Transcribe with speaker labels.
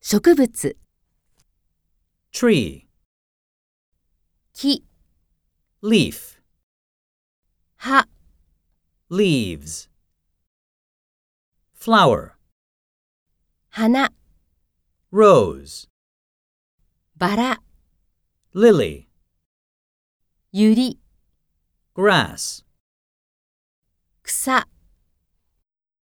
Speaker 1: 植物、
Speaker 2: tree,
Speaker 1: 木、
Speaker 2: leaf,
Speaker 1: 葉、
Speaker 2: leaves. Flower,
Speaker 1: 花、
Speaker 2: rose,
Speaker 1: バラ、
Speaker 2: lily,
Speaker 1: ユリ、
Speaker 2: grass.
Speaker 1: 草。